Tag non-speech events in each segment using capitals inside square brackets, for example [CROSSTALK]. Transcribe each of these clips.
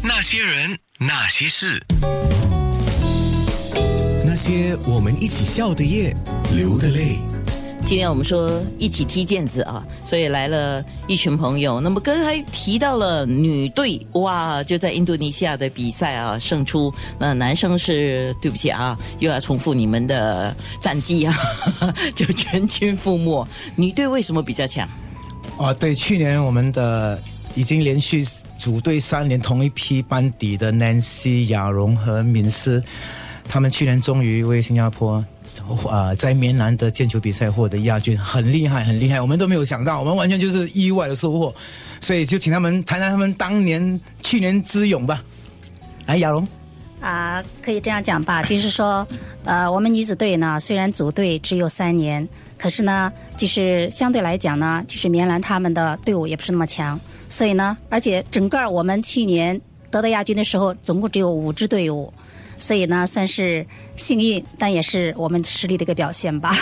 那些人，那些事，那些我们一起笑的夜，流的泪。今天我们说一起踢毽子啊，所以来了一群朋友。那么刚才提到了女队，哇，就在印度尼西亚的比赛啊胜出。那男生是对不起啊，又要重复你们的战绩啊， [LAUGHS] 就全军覆没。女队为什么比较强？啊，对，去年我们的已经连续组队三年同一批班底的 Nancy、雅荣和敏思，他们去年终于为新加坡呃在棉兰的毽球比赛获得亚军，很厉害，很厉害，我们都没有想到，我们完全就是意外的收获，所以就请他们谈谈他们当年去年之勇吧。来，雅荣，啊、可以这样讲吧，就是说，呃，我们女子队呢，虽然组队只有三年，可是呢，就是相对来讲呢，就是棉兰他们的队伍也不是那么强，所以呢，而且整个我们去年得到亚军的时候，总共只有五支队伍，所以呢，算是幸运，但也是我们实力的一个表现吧。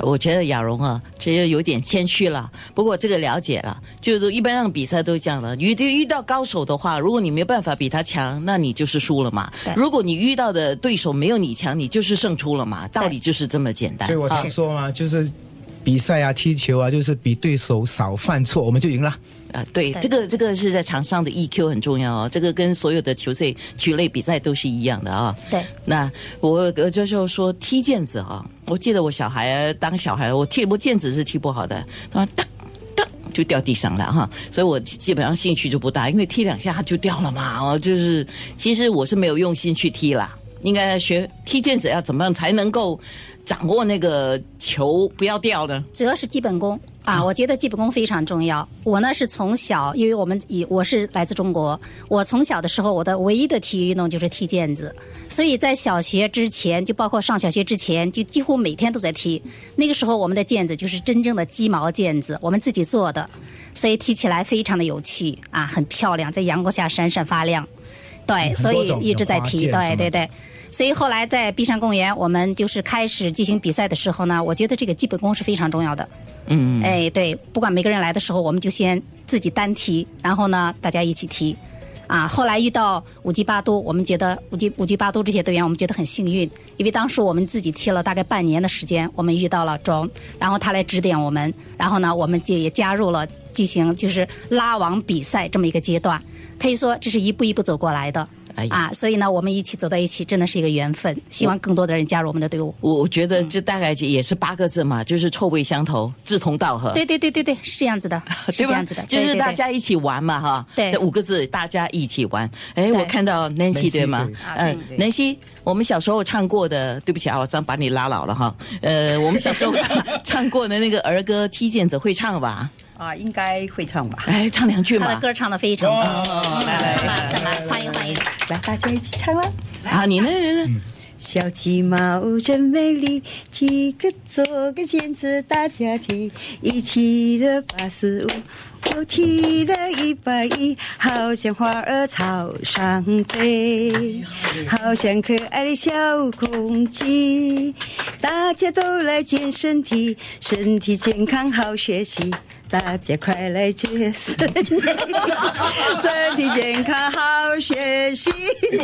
我觉得雅荣啊，其实有点谦虚了。不过这个了解了，就是一般上比赛都是这样的。遇遇到高手的话，如果你没有办法比他强，那你就是输了嘛对。如果你遇到的对手没有你强，你就是胜出了嘛。道理就是这么简单。所以我常说嘛，就是比赛啊、踢球啊，就是比对手少犯错，我们就赢了。啊，对，对这个这个是在场上的 EQ 很重要哦，这个跟所有的球赛、球类比赛都是一样的啊、对，那我我这时候说踢毽子啊、我记得我小孩当小孩，我踢我毽子是踢不好的，他当当就掉地上了哈，所以我基本上兴趣就不大，因为踢两下它就掉了嘛，哦，就是其实我是没有用心去踢啦。应该学踢毽子要怎么样才能够掌握那个球不要掉呢？主要是基本功啊，我觉得基本功非常重要。我呢是从小，因为我们以我是来自中国，我从小的时候，我的唯一的体育运动就是踢毽子，所以在小学之前，就包括上小学之前，就几乎每天都在踢。那个时候我们的毽子就是真正的鸡毛毽子，我们自己做的，所以踢起来非常的有趣啊，很漂亮，在阳光下闪闪发亮。对，很所多以种一直在花踢，毽什么对对的对。所以后来在碧山公园，我们就是开始进行比赛的时候呢，我觉得这个基本功是非常重要的。嗯，哎，对，不管每个人来的时候，我们就先自己单踢，然后呢，大家一起踢。啊，后来遇到五级八都，我们觉得五级五级八都这些队员，我们觉得很幸运，因为当时我们自己踢了大概半年的时间，我们遇到了庄，然后他来指点我们，然后呢，我们就也加入了进行就是拉网比赛这么一个阶段，可以说这是一步一步走过来的。哎呀啊，所以呢，我们一起走到一起，真的是一个缘分。希望更多的人加入我们的队伍。我我觉嗯得这大概也是八个字嘛，就是臭味相投，志同道合。对对对对对，是这 [LAUGHS] 样子的，是啊对这吧样子的，？就是对对大对家一起玩嘛，哈。对这五个字，大家一起玩。哎，对啊我看到 Nancy Nancy，对吗对？嗯，Nancy，我们小时候唱过的，对不起啊，我这样把你拉老了哈。呃，我们小时候唱 [LAUGHS] 唱过的那个儿歌《踢毽子》会唱吧？啊，应该会唱吧？哎，唱两句他的嘛。歌唱的非常棒，来来唱吧，唱吧，欢迎欢迎。来，大家一起唱啦！啊，你呢？小鸡毛真美丽，踢个左个毽子，大家踢，一踢的八十五，又踢的一百一，好像花儿草上飞，好像可爱的小公鸡。大家都来健身体，身体健康好学习。大家快来健身体， [LAUGHS] 身体健康好学习。 [LAUGHS]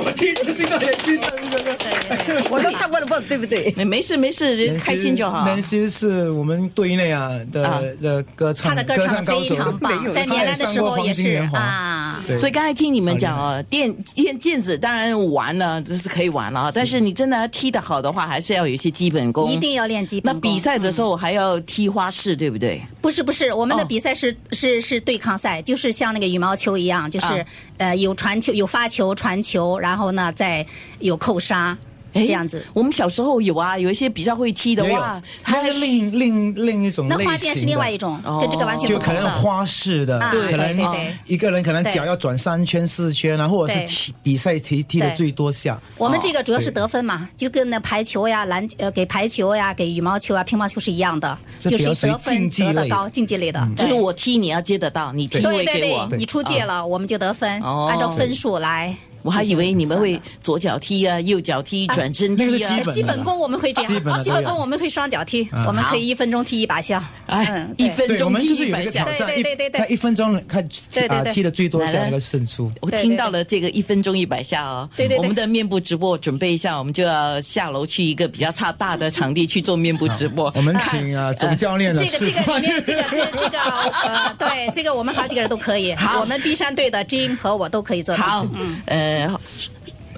我都唱过了，不知道对不对？没事没事，开心就好。 Nancy 是我们队内啊的、啊的歌唱他的歌唱高非手，常棒，在棉兰的时候也是啊。对所以刚才听你们讲哦，电电毽子当然玩呢，这是可以玩了啊，但是你真的要踢得好的话，还是要有一些基本功。一定要练基那本功。嗯比赛的时候还要踢花式，对不对？不是不是，我们的哦比赛是、是是对抗赛，就是像那个羽毛球一样，就是、啊呃有传球、有发球、传球，然后呢再有扣杀哎这样子。我们小时候有啊，有一些比较会踢的也有哇，它是另另另一种那类花型毽的是另外一种，哦跟这个完全就不可同能的。花式的，啊可能对对对一个人可能对脚要转三圈四圈啊，或者是对踢比赛踢踢的最多下。我们这个主要是得分嘛，就跟那排球呀、篮呃给排球呀、给羽毛球啊、乒乓球是一样的，这就比较是属于得分竞技得的类高，竞技类的。对就是我踢你要接得到，你踢对位对给对我，你出界了我们就得分，哦按照分数来。我还以为你们会左脚踢啊，右脚踢，转身那个踢是啊基。本的基本功我们会这样，啊基本的基都有本功我们会双脚踢，我们可以一分钟踢一把下。嗯哎嗯，，一对分对，我钟们踢就是一有百一个下挑。战，对一对对对他一分钟看对对啊对踢的最多来下来那个胜出。我对听对到了这个一分钟一百下哦。对对对我们的面部直播准备一下，我们就要下楼去一个比较差大的场地去做面部直播。我们请啊总教 [LAUGHS] 练的呃这个示这个范里。面这个这这个呃，对，这个我们好几个人都可以。好我们 B 山队的 Jim 和我都可以做嗯到。好，呃。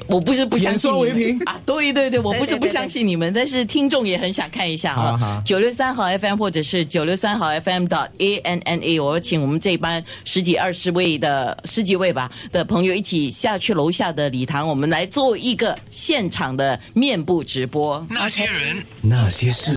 我不是不相信你们演说为凭啊！对对对，我不是对对对嗯不相信你们，但是听众也很想看一下好好啊。九六三号 FM 或者是九六三号 FM 的 A N N A，我请我们这一班十几二十位的十几位吧的朋友一起下去楼下的礼堂，我们来做一个现场的面部直播。那些人。那些事。